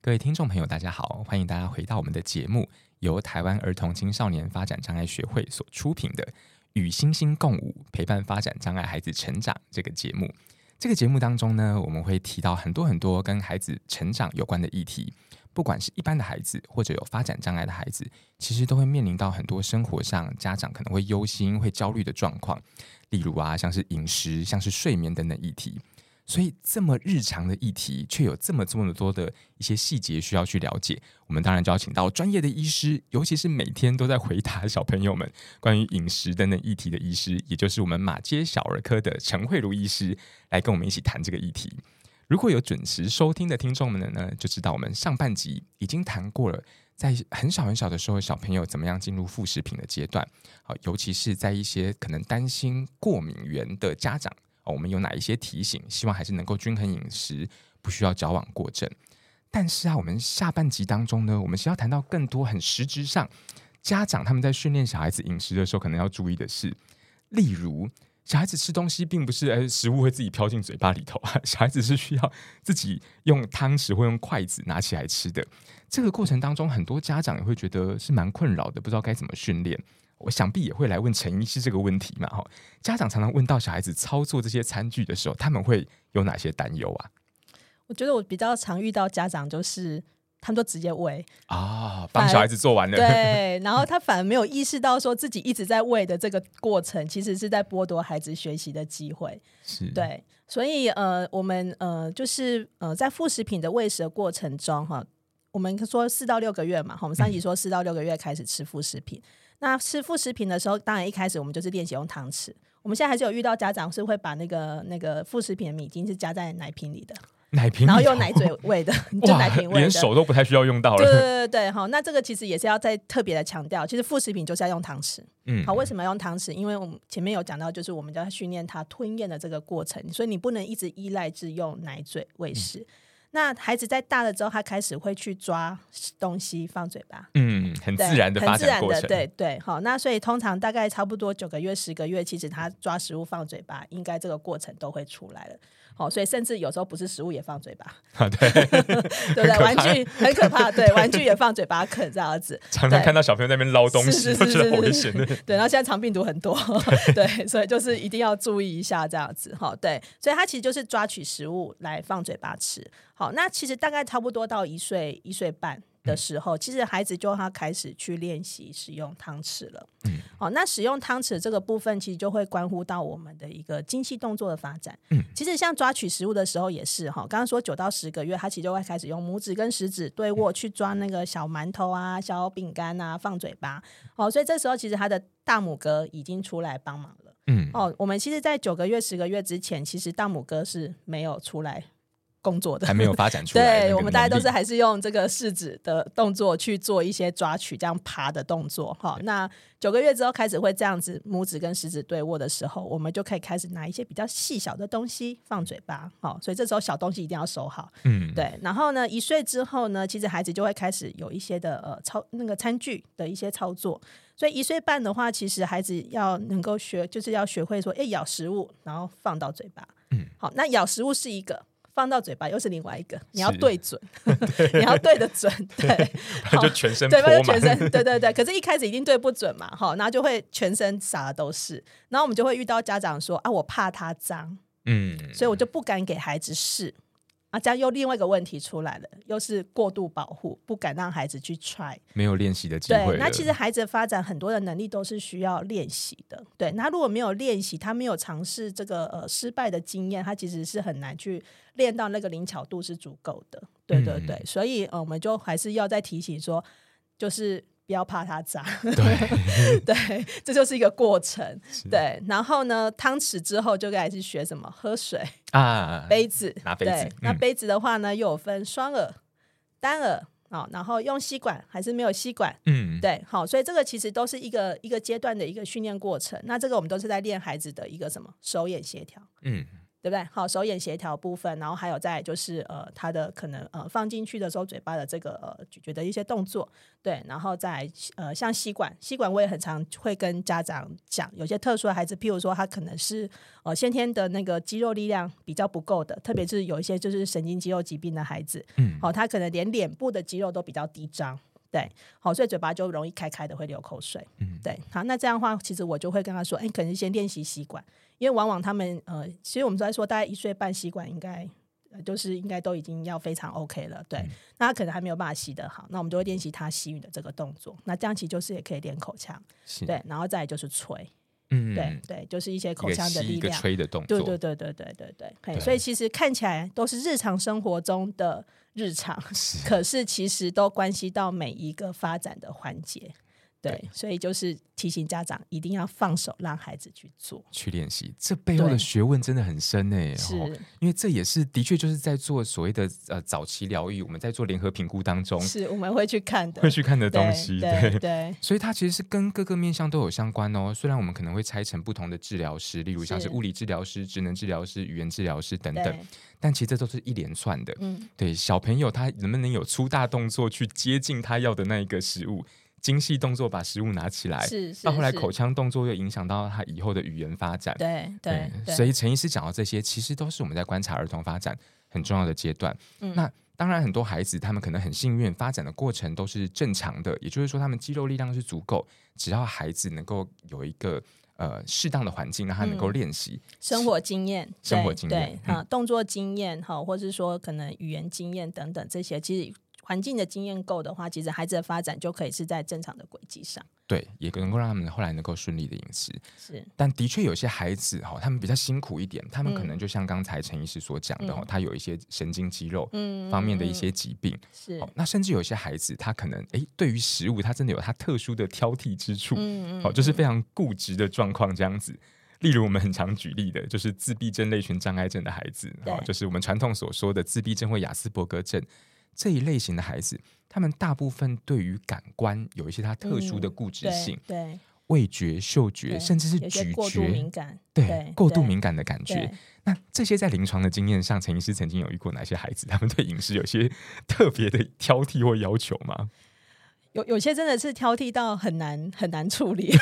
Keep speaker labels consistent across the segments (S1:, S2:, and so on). S1: 各位听众朋友，大家好，欢迎大家回到我们的节目，由台湾儿童青少年发展障碍学会所出品的《与星星共舞：陪伴发展障碍孩子成长》这个节目。这个节目当中呢，我们会提到很多很多跟孩子成长有关的议题，不管是一般的孩子或者有发展障碍的孩子，其实都会面临到很多生活上家长可能会忧心、会焦虑的状况，例如啊，像是饮食、像是睡眠等等议题。所以这么日常的议题，却有这么这么多的一些细节需要去了解。我们当然就要请到专业的医师，尤其是每天都在回答小朋友们关于饮食等等议题的医师，也就是我们马街小儿科的陈慧茹医师，来跟我们一起谈这个议题。如果有准时收听的听众们呢，就知道我们上半集已经谈过了，在很小很小的时候，小朋友怎么样进入副食品的阶段，好，尤其是在一些可能担心过敏源的家长。哦，我们有哪一些提醒？希望还是能够均衡饮食，不需要矫枉过正。但是啊，我们下半集当中呢，我们是要谈到更多很实质上，家长他们在训练小孩子饮食的时候，可能要注意的是，例如小孩子吃东西并不是哎食物会自己飘进嘴巴里头啊， 小孩子是需要自己用汤匙或用筷子拿起来吃的。这个过程当中，很多家长也会觉得是蛮困扰的，不知道该怎么训练。我想必也会来问陈医师这个问题嘛？哈，家长常常问到小孩子操作这些餐具的时候，他们会有哪些担忧啊？
S2: 我觉得我比较常遇到家长就是他们都直 接喂
S1: 啊，帮小孩子做完了，
S2: 对，然后他反而没有意识到说自己一直在喂的这个过程，其实是在剥夺孩子学习的机会。
S1: 是，
S2: 对，所以呃，我们呃就是呃在副食品的喂食的过程中哈，我们说四到六个月嘛，哈我们上
S1: 嗯
S2: 集说四到六个月开始吃副食品。那吃副食品的时候，当然一开始我们就是练习用汤匙。我们现在还是有遇到家长是会把那个那个副食品的米精是加在奶瓶里的，
S1: 奶瓶里头，
S2: 然后用奶 嘴喂的， 就奶瓶
S1: 哇，
S2: 喂
S1: 连
S2: 的。
S1: 手都不太需要用到
S2: 对对
S1: 了，
S2: 对对，好，那这个其实也是要再特别的强调，其实副食品就是要用汤匙。
S1: 嗯
S2: 好，为什么要用汤匙？因为我们前面有讲到，就是我们就要训练他吞咽的这个过程，所以你不能一直依赖只用奶嘴
S1: 嗯
S2: 喂食。那孩子在大了之后，他开始会去抓东西放嘴巴，
S1: 嗯，很
S2: 对
S1: 自然的发
S2: 很自
S1: 展
S2: 然
S1: 过
S2: 的，
S1: 程，
S2: 对对，好，那所以通常大概差不多九个月、十个月，其实他抓食物放嘴巴，应该这个过程都会出来了。好，所以甚至有时候不是食物也放嘴巴，
S1: 啊，对，
S2: 对不对？
S1: 很可
S2: 玩
S1: 怕
S2: 具很可怕， 对，玩具也放嘴巴啃这样子。
S1: 常常
S2: 对
S1: 看到小朋友在那边捞东西，
S2: 是是
S1: 都
S2: 是
S1: 觉得好危
S2: 是
S1: 险的，
S2: 对，然后现在肠病毒很 多，对，所以就是一定要注意一下这样子哈。对，所以它其实就是抓取食物来放嘴巴吃。好，那其实大概差不多到一岁一岁半
S1: 嗯
S2: 的时候，其实孩子就他开始去练习使用汤匙了。
S1: 嗯，
S2: 好，那使用汤匙这个部分，其实就会关乎到我们的一个精细动作的发展。
S1: 嗯，
S2: 其实像抓取食物的时候也是哈，刚刚说九到十个月，他其实就会开始用拇指跟食指对握去抓那个小馒头啊、小饼干啊放嘴巴。哦，所以这时候其实他的大拇哥已经出来帮忙了。
S1: 嗯，
S2: 哦，我们其实，在九个月、十个月之前，其实大拇哥是没有出来工作的，
S1: 还 没有。发展出来，
S2: 对我们大家都是，还是用这个食指的动作去做一些抓取、这样爬的动作哈、那九个月之后开始会这样子，拇指跟食指对握的时候，我们就可以开始拿一些比较细小的东西放嘴巴。好、所以这时候小东西一定要收好。
S1: 嗯，
S2: 对，然后呢，一岁之后呢，其实孩子就会开始有一些的呃操那个餐具的一些操作，所以一岁半的话，其实孩子要能够学，就是要学会说，哎，咬食物，然后放到嘴巴。
S1: 嗯，
S2: 好，那咬食物是一个。放到嘴巴又是另外一个，你要
S1: 是
S2: 对准，你要对得准，对，
S1: 他 就全身
S2: 对，
S1: 泼
S2: 就
S1: 满
S2: 全，身，对对对。可是，一开始一定对不准嘛，哈，然后就会全身撒的都是，然后我们就会遇到家长说啊，我怕它脏，
S1: 嗯，
S2: 所以我就不敢给孩子试。啊，这样又另外一个问题出来了，又是过度保护，不敢让孩子去 try。
S1: 没有练习的机会
S2: 对，
S1: 了，
S2: 那其实孩子发展很多的能力都是需要练习的。对，那如果没有练习，他没有尝试这个呃失败的经验，他其实是很难去练到那个灵巧度是足够的。对对
S1: 嗯
S2: 对，所以呃，我们就还是要再提醒说，就是不要怕 它脏。对，这就是一个过程。
S1: 是
S2: 对，然后呢，汤匙之后就该是学什么喝水。
S1: 啊，
S2: 杯子，
S1: 拿杯子
S2: 对
S1: 嗯，
S2: 那杯子的话呢，又有分双耳、单耳，好、然后用吸管还是没有吸管，
S1: 嗯，
S2: 对，好、所以这个其实都是一个一个阶段的一个训练过程。那这个我们都是在练孩子的一个什么手眼协调，
S1: 嗯，
S2: 对不对？好，手眼协调部分，然后还有再就是呃，它的可能呃放进去的时候，嘴巴的这个呃咀嚼的一些动作，对，然后再呃像吸管，吸管我也很常会跟家长讲，有些特殊的孩子，譬如说他可能是呃先天的那个肌肉力量比较不够的，特别是有一些就是神经肌肉疾病的孩子，
S1: 嗯，
S2: 好、他可能连脸部的肌肉都比较低张。对，好、所以嘴巴就容易开开的，会流口水。
S1: 嗯
S2: 对，好，那这样的话，其实我就会跟他说，哎，可能先练习吸管，因为往往他们呃，其实我们在说，大概一岁半吸管应该。呃就是应该都已经要非常 OK 了，
S1: 嗯
S2: 对，那他可能还没有办法吸得好，那我们就会练习他吸吮的这个动作。那这样其实就是也可以练口腔，
S1: 是，
S2: 对，然后再来就是吹，
S1: 嗯，
S2: 对对，就是一些
S1: 一
S2: 口
S1: 个
S2: 腔的
S1: 吸
S2: 力
S1: 一个
S2: 量，
S1: 吹的动作，
S2: 对对对对对对对，嘿
S1: 对
S2: 所以其实看起来都是日常生活中的日常，可是其实都关系到每一个发展的环节。对，
S1: 对
S2: 所以就是提醒家长一定要放手让孩子去做，
S1: 去练习，这背后的
S2: 对
S1: 学问真的很深诶、
S2: 是
S1: 哦因为这也是的确就是在做所谓的呃早期疗愈，我们在做联合评估当中
S2: 是，我们会去看的
S1: 会，去看的
S2: 对
S1: 东西，
S2: 对对
S1: 所以它其实是跟各个面向都有相关哦。虽然我们可能会拆成不同的治疗师，例如像是
S2: 是
S1: 物理治疗师、职能治疗师、语言治疗师等等
S2: 对，，
S1: 但其实这都是一连串的。
S2: 嗯，
S1: 对小朋友，他能不能有粗大动作去接近他要的那一个食物？精细动作把食物拿起来，
S2: 是是，
S1: 哎到后来
S2: 是
S1: 口腔动作又影响到他以后的语言发展。
S2: 对对对，
S1: 所以陈医师讲到这些，其实都是我们在观察儿童发展很重要的阶段。
S2: 嗯
S1: 那当然，很多孩子他们可能很幸运，发展的过程都是正常的，也就是说，他们肌肉力量是足够。只要孩子能够有一个呃适当的环境，让他能够
S2: 嗯
S1: 练习，
S2: 生活经验、
S1: 生
S2: 对
S1: 活经验嗯
S2: 对啊，动作经验哈，或是说可能语言经验等等这些，其实环境的经验够的话，其实孩子的发展就可以是在正常的轨迹上。
S1: 对，也能够让他们后来能够顺利的饮食。
S2: 是，
S1: 但的确有些孩子哈、哦，他们比较辛苦一点，他们可
S2: 嗯
S1: 能就像刚才陈医师所讲的、哦，
S2: 嗯
S1: 他有一些神经肌肉
S2: 嗯
S1: 方面的一
S2: 嗯
S1: 些疾病。
S2: 是，
S1: 哦，那甚至有些孩子他可能诶，对于食物他真的有他特殊的挑剔之处，
S2: 嗯嗯
S1: 哦，就是非常固执的状况这样子。例如我们很常举例的，就是自闭症类群障碍症的孩子，
S2: 对
S1: 哦，就是我们传统所说的自闭症或雅斯伯格症这一类型的孩子，他们大部分对于感官有一些他特殊的固执性，
S2: 嗯对，
S1: 味觉、嗅觉，
S2: 对
S1: 甚至是
S2: 对有些
S1: 咀
S2: 过度
S1: 觉
S2: 敏，感，
S1: 对
S2: 对，
S1: 过度
S2: 对
S1: 敏感的感觉
S2: 对。
S1: 那这些在临床的经验上，陈医师曾经有遇过哪些孩子？他们对饮食有些特别的挑剔或要求 吗？
S2: 有有些真的是挑剔到很难很难处 理。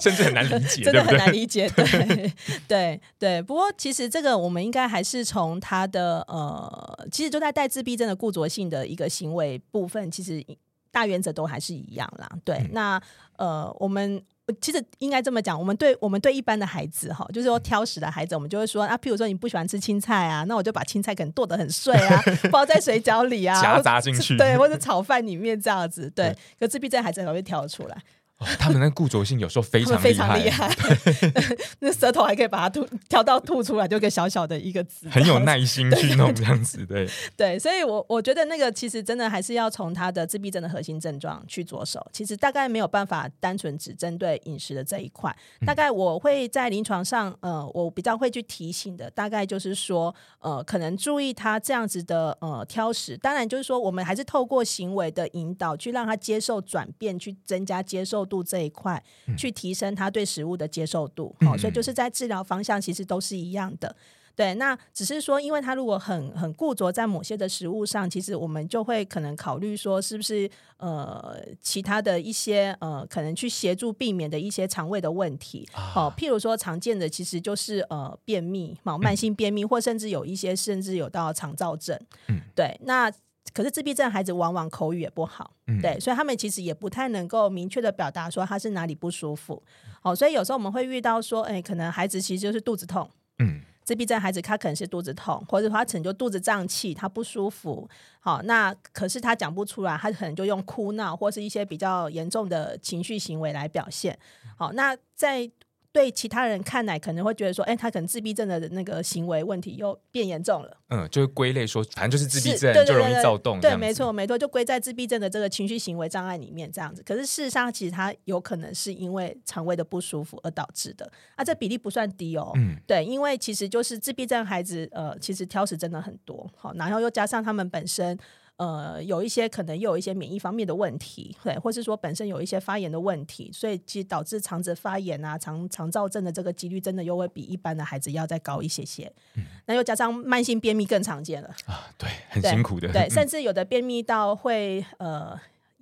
S1: 甚至很难理解，对
S2: 真的
S1: 不
S2: 很难
S1: 对？
S2: 理解，对 对对。不过其实这个我们应该还是从他的呃，其实就在带自闭症的固着性的一个行为部分，其实大原则都还是一样啦。对，
S1: 嗯
S2: 那呃，我们。其实应该这么讲，我们对我们对一般的孩子哈，就是说挑食的孩子，我们就会说啊，譬如说你不喜欢吃青菜啊，那我就把青菜可能剁得很 碎啊，包在水饺里啊，
S1: 夹
S2: 或
S1: 杂进去
S2: 对，或者炒饭里面这样子，对
S1: 对。
S2: 可自闭症孩子还会挑出来，
S1: 哦他们的固着性有时候非
S2: 他们
S1: 常
S2: 非
S1: 厉
S2: 常厉
S1: 害，
S2: 害， 那舌头还可以把它吐挑到吐出来，就一个小小的一个字，
S1: 很有。耐 心去弄这样子，对，
S2: 对，所以我我觉得那个其实真的还是要从他的自闭症的核心症状去着手。其实大概没有办法单纯只针对饮食的这一块。大概我会在临床上，呃，我比较会去提醒的，大概就是说，呃，可能注意他这样子的呃挑食。当然，就是说我们还是透过行为的引导，去让他接受转变，去增加接受度这一块，去提升他对食物的接受度。好、所以就是在治疗方向其实都是一样的。对，那只是说，因为他如果很很固着在某些的食物上，其实我们就会可能考虑说，是不是呃其他的一些呃可能去协助避免的一些肠胃的问题。
S1: 啊
S2: 哦，譬如说常见的其实就是呃便秘嘛，慢性便秘，或甚至有一些甚至有到肠燥症。
S1: 嗯，
S2: 对，那。可是自闭症孩子往往口语也不好，
S1: 嗯
S2: 对，所以他们其实也不太能够明确的表达说他是哪里不舒服，哦，所以有时候我们会遇到说，哎，可能孩子其实就是肚子痛，
S1: 嗯，
S2: 自闭症孩子他可能是肚子痛，或者他可能就肚子胀气，他不舒服。好，那可是他讲不出来，他可能就用哭闹或是一些比较严重的情绪行为来表现。好，那在对其他人看来，可能会觉得说，哎、他可能自闭症的那个行为问题又变严重了。
S1: 嗯，就会归类说，反正就是自闭
S2: 是
S1: 症
S2: 对对
S1: 就容易
S2: 对对
S1: 躁动，这
S2: 对，
S1: 样子
S2: 没错，没错，就归在自闭症的这个情绪行为障碍里面这样子。可是事实上，其实它有可能是因为肠胃的不舒服而导致的，啊，这比例不算低哦。
S1: 嗯，
S2: 对，因为其实就是自闭症孩子，呃，其实挑食真的很多，好，然后又加上他们本身。呃有一些可能又有一些免疫方面的问题，对，或是说本身有一些发炎的问题，所以其实导致肠子发炎啊、肠肠燥症的这个几率真的又会比一般的孩子要再高一些些。
S1: 嗯
S2: 那又加上慢性便秘更常见了，
S1: 啊，对，很
S2: 对
S1: 辛苦的，
S2: 对，
S1: 嗯
S2: 甚至有的便秘到会呃。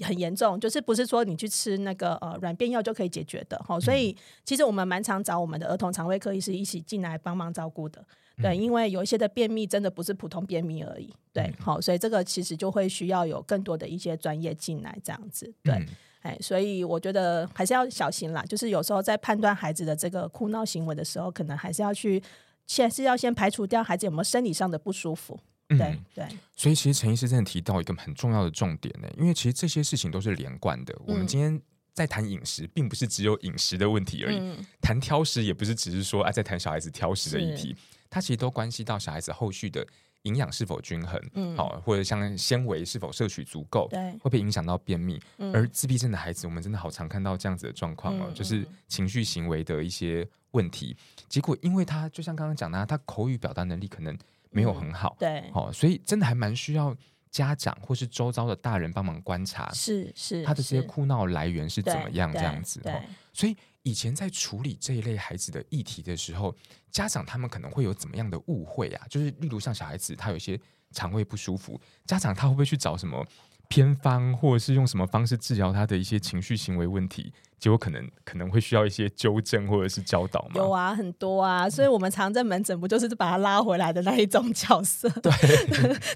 S2: 很严重，就是不是说你去吃那个呃软便药就可以解决的哈、所
S1: 嗯
S2: 以其实我们蛮常找我们的儿童肠胃科医师一起进来帮忙照顾的，
S1: 嗯
S2: 对，因为有一些的便秘真的不是普通便秘而已，对，好、所以这个其实就会需要有更多的一些专业进来这样子，对，
S1: 嗯
S2: 哎，所以我觉得还是要小心啦。就是有时候在判断孩子的这个哭闹行为的时候，可能还是要去，先是要先排除掉孩子有没有生理上的不舒服。对、
S1: 嗯
S2: 对，
S1: 所以其实陈医师真的提到一个很重要的重点呢，因为其实这些事情都是连贯的。
S2: 嗯
S1: 我们今天在谈饮食，并不是只有饮食的问题而已，
S2: 嗯
S1: 谈挑食也不是只是说啊在谈小孩子挑食的议
S2: 是
S1: 题，它其实都关系到小孩子后续的营养是否均衡，
S2: 嗯
S1: 好、或者像纤维是否摄取足够，
S2: 对，
S1: 会不会影响到便秘？
S2: 嗯
S1: 而自闭症的孩子，我们真的好常看到这样子的状况哦，
S2: 嗯
S1: 就是情绪行为的一些问题。结果，因为他就像刚刚讲的啊，他口语表达能力可能没有很好，
S2: 嗯对，
S1: 哦，所以真的还蛮需要家长或是周遭的大人帮忙观察
S2: 是是，
S1: 他的这些
S2: 是
S1: 哭闹来源是怎么
S2: 对
S1: 样这
S2: 对
S1: 样子。
S2: 对
S1: 哦，所以以前在处理这一类孩子的议题的时候，家长他们可能会有怎么样的误会啊？就是例如像小孩子他有一些肠胃不舒服，家长他会不会去找什么偏方，或者是用什么方式治疗他的一些情绪行为问题？结果可能可能会需要一些纠正或者是教导嘛？
S2: 有啊，很多
S1: 嗯
S2: 啊，所以我们常在门诊不就是把他拉回来的那一种角色？ 对，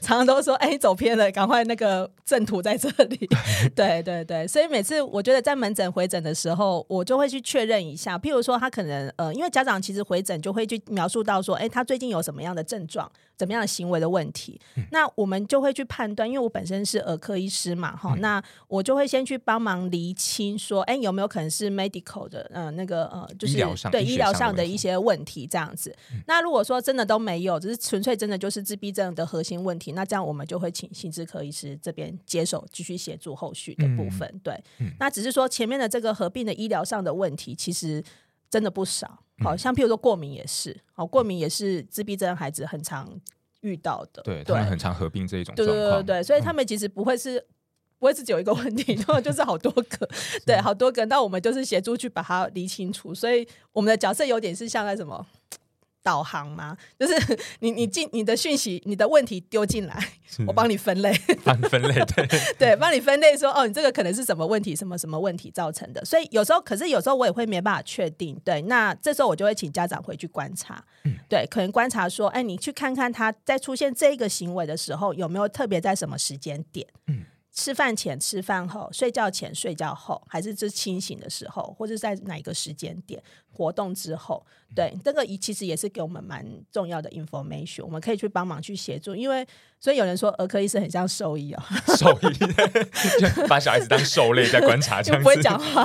S2: 常常都说：“哎，走偏了，赶快那个正途在这里。” 对对对，所以每次我觉得在门诊回诊的时候，我就会去确认一下，譬如说他可能呃，因为家长其实回诊就会去描述到说：“哎，他最近有什么样的症状，怎么样的行为的问题。
S1: 嗯
S2: 那我们就会去判断，因为我本身是儿科医师嘛，哈、
S1: 嗯
S2: 那我就会先去帮忙厘清说：“哎，有没有可能是 medical 的？嗯、那个呃，就是
S1: 医疗上
S2: 对
S1: 医学
S2: 医疗
S1: 上的问
S2: 上的
S1: 题嗯
S2: 一些问题这样子。那如果说真的都没有，只是纯粹真的就是自闭症的核心问题，那这样我们就会请心智科医师这边接手继续协助后续的部分。
S1: 嗯
S2: 对，那只是说前面的这个合并的医疗上的问题，其实真的不少。
S1: 嗯
S2: 好、像譬如说过敏也是，好、过敏也是自闭症孩子很常遇到的。
S1: 对他们很常合并这一种
S2: 对
S1: 状
S2: 对
S1: 况。嗯
S2: 对对对，所以他们其实不会是。不会是只有一个问题，他们就是好多个， 对，好多个。那我们就是协助去把它理清楚，所以我们的角色有点是像在什么导航吗？就是 你你进你的讯息、你的问题丢进来，我帮你分类，
S1: 帮分类对，
S2: 对，帮你分类说，哦，你这个可能是什么问题，什么什么问题造成的。所以有时候，可是有时候我也会没办法确定。对，那这时候我就会请家长回去观察，对，可能观察说，哎，你去看看他在出现这个行为的时候，有没有特别在什么时间点。吃饭前、吃饭后、睡觉前、睡觉后，还是就是清醒的时候，或者在哪一个时间点活动之后，对这个也其实也是给我们蛮重要的 information，我们可以去帮忙去协助。因为所以有人说儿科医生很像兽医哦，
S1: 兽医就把小孩子当兽类在观察，啊这
S2: 就
S1: 样 子
S2: 不会讲话，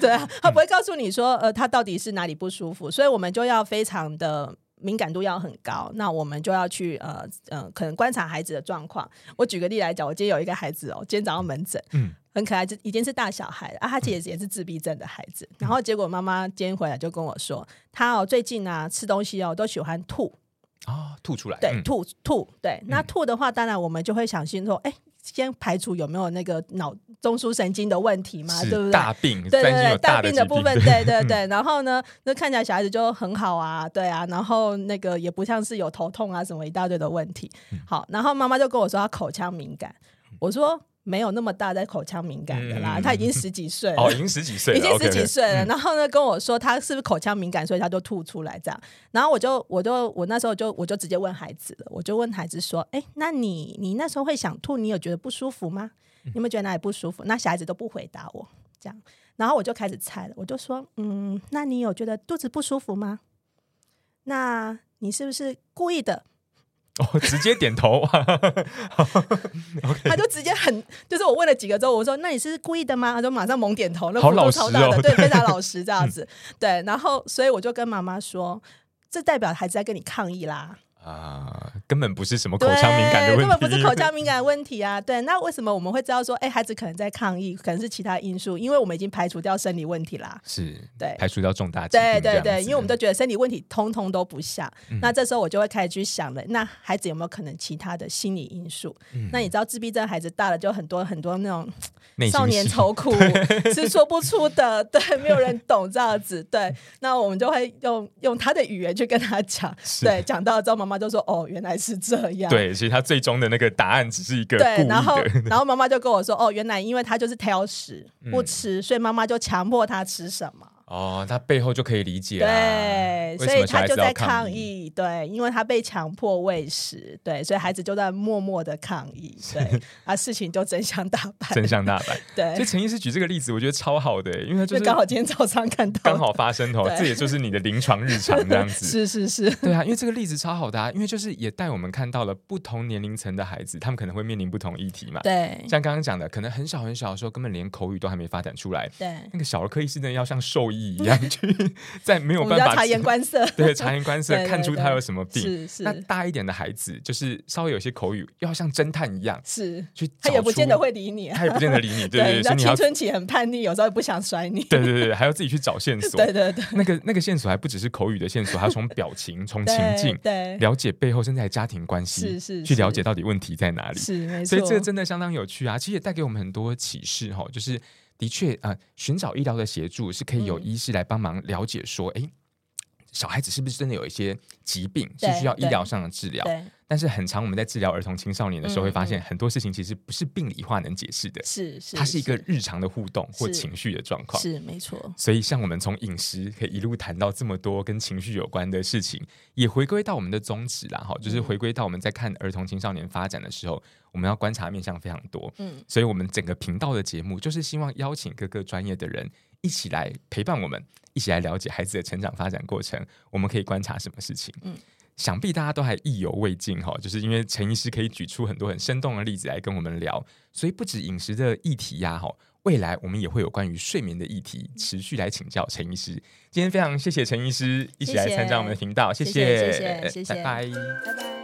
S2: 对啊，他不会告诉你说，呃，他到底是哪里不舒服，所以我们就要非常的敏感度要很高，那我们就要去呃呃，可能观察孩子的状况。我举个例来讲，我今天有一个孩子哦，今天早上门诊，
S1: 嗯
S2: 嗯。很可爱，就已经是大小孩了啊！他其实也是自闭症的孩子。然后结果妈妈今天回来就跟我说，他哦最近啊吃东西哦都喜欢吐，
S1: 啊、吐出来，
S2: 对，
S1: 嗯
S2: 吐吐，对，那吐的话，当然我们就会想先说，哎、先排除有没有那个脑中枢神经的问题嘛，
S1: 是
S2: 对不对？
S1: 大病，
S2: 对对
S1: 担心有
S2: 对，大
S1: 的
S2: 病
S1: 疾
S2: 的部 分，
S1: 对
S2: 对对对。然后呢，那看起来小孩子就很好啊，对啊，然后那个也不像是有头痛啊什么一大堆的问题。
S1: 嗯
S2: 好，然后妈妈就跟我说她口腔敏感，我说没有那么大在口腔敏感的啦，
S1: 嗯
S2: 她已经十 几岁了
S1: 哦，已，经十几岁了，
S2: 哎已经十几
S1: OK，OK 嗯
S2: 岁了，然后呢跟我说他是不是口腔敏感，所以他就吐出来这样。然后我就我就我那时候就我就直接问孩子了，我就问孩子说：“哎，那你你那时候会想吐，你有觉得不舒服吗？
S1: 嗯
S2: 你有没有觉得哪里不舒服？”那小孩子都不回答我这样，然后我就开始猜了，我就说：“嗯，那你有觉得肚子不舒服吗？那你是不是故意的？”
S1: 哦，直接点头， 哇
S2: 他就直接很，就是我问了几个之后，我说那你是故意的吗？他就马上猛点头，那
S1: 好
S2: 幅
S1: 老
S2: 度
S1: 实
S2: 超大的，
S1: 哦
S2: 对，非常老实这样子。对，然后所以我就跟妈妈说，这代表孩子在跟你抗议啦。
S1: 啊，根本不是什么口
S2: 对，
S1: 腔敏感的问题，
S2: 根本不是口腔敏感的问题啊。对，那为什么我们会知道说，哎，孩子可能在抗议，可能是其他因素？因为我们已经排除掉生理问题啦。
S1: 是
S2: 对
S1: 排除掉重大疾病
S2: 对
S1: 这
S2: 对
S1: 样
S2: 对，
S1: 子
S2: 因为我们都觉得生理问题通通都不像，
S1: 嗯
S2: 那这时候我就会开始去想了，那孩子有没有可能其他的心理因素？
S1: 嗯
S2: 那你知道自闭症孩子大了就很多很多那种
S1: 内心
S2: 少年
S1: 戏
S2: 愁苦 是说不出的，对，没有人懂这样子，对，那我们就会用用他的语言去跟他讲，
S1: 是
S2: 对，讲到之后妈妈就说哦，原来是这样，
S1: 对，其实他最终的那个答案只是一个故
S2: 对，
S1: 意
S2: 然后
S1: 的，
S2: 然后妈妈就跟我说，哦，原来因为他就是挑食
S1: 嗯
S2: 不吃，所以妈妈就强迫他吃什么。
S1: 哦，他背后就可以理解啦
S2: 对，
S1: 为
S2: 所
S1: 什
S2: 以
S1: 么小
S2: 他
S1: 孩
S2: 就
S1: 子要
S2: 在抗
S1: 议。
S2: 议，对，因为他被强迫喂食，对，所以孩子就在默默的抗议，对，啊，事情就真相大白，
S1: 真相大白，就
S2: 对，
S1: 陈医师举这个例子，我觉得超好的，欸因为他就
S2: 就是刚好今天早上看到，
S1: 刚好发生头，
S2: 对
S1: 这也就是你的临床日 常这样子。
S2: 是是是，
S1: 对啊，因为这个例子超好的、啊，因为就是也带我们看到了不同年龄层的孩子，他们可能会面临不同议题嘛。
S2: 对
S1: 像刚刚讲的，可能很小很小的时候，根本连口语都还没发展出来，
S2: 对，
S1: 那个小儿科医师真的要像兽医一样去， 在没有
S2: 我
S1: 办
S2: 们要
S1: 法
S2: 察言观色，
S1: 对察言观色，
S2: 对对
S1: 看出他
S2: 对
S1: 有什么病。
S2: 是
S1: 那
S2: 是
S1: 大一点的孩子，就是稍微有些口语，又要像侦探一样
S2: 是，
S1: 去
S2: 他
S1: 找
S2: 也不见得
S1: 出，
S2: 会理你啊，
S1: 他也不见得理 你，对对
S2: 你
S1: 对，
S2: 知
S1: 所以
S2: 道
S1: 你要
S2: 青春期很叛逆，有时候也不想甩你，
S1: 对对对，还要自己去找线索。
S2: 对对对，
S1: 那个那个线索还不只是口语的线索，还要从表情、从情境
S2: 对，
S1: 了解背后，甚至还家庭关系，
S2: 是是
S1: 去了解到底问题在哪里。
S2: 是没
S1: 所
S2: 错，
S1: 以这真的相当有趣啊！其实也带给我们很多启示哈、哦，就是的确啊，呃寻找医疗的协助是可以有
S2: 嗯
S1: 医师来帮忙了解说，诶，小孩子是不是真的有一些疾病是
S2: 对
S1: 需要医
S2: 对
S1: 疗上的治疗？
S2: 对
S1: 但是很常我们在治疗儿童青少年的时候，
S2: 嗯
S1: 会发现很多事情其实不是病理化能解释的，
S2: 是是，
S1: 它是一个日常的互动或
S2: 是
S1: 情绪的状况。
S2: 是没错，
S1: 所以，像我们从饮食可以一路谈到这么多跟情绪有关的事情，也回归到我们的宗旨啦，哈，就是
S2: 嗯
S1: 回归到我们在看儿童青少年发展的时候，我们要观察面向非常多。
S2: 嗯，
S1: 所以我们整个频道的节目就是希望邀请各个专业的人一起来陪伴我们，一起来了解孩子的成长发展过程，我们可以观察什么事情。
S2: 嗯
S1: 想必大家都还意犹未尽哈，就是因为陈医师可以举出很多很生动的例子来跟我们聊，所以不止饮食的议题呀、哈。未来我们也会有关于睡眠的议题，持续来请教陈医师。今天非常谢谢陈医师一起来参加我们的频道，
S2: 谢谢
S1: 谢，
S2: 谢谢谢谢
S1: 拜拜。
S2: 拜拜。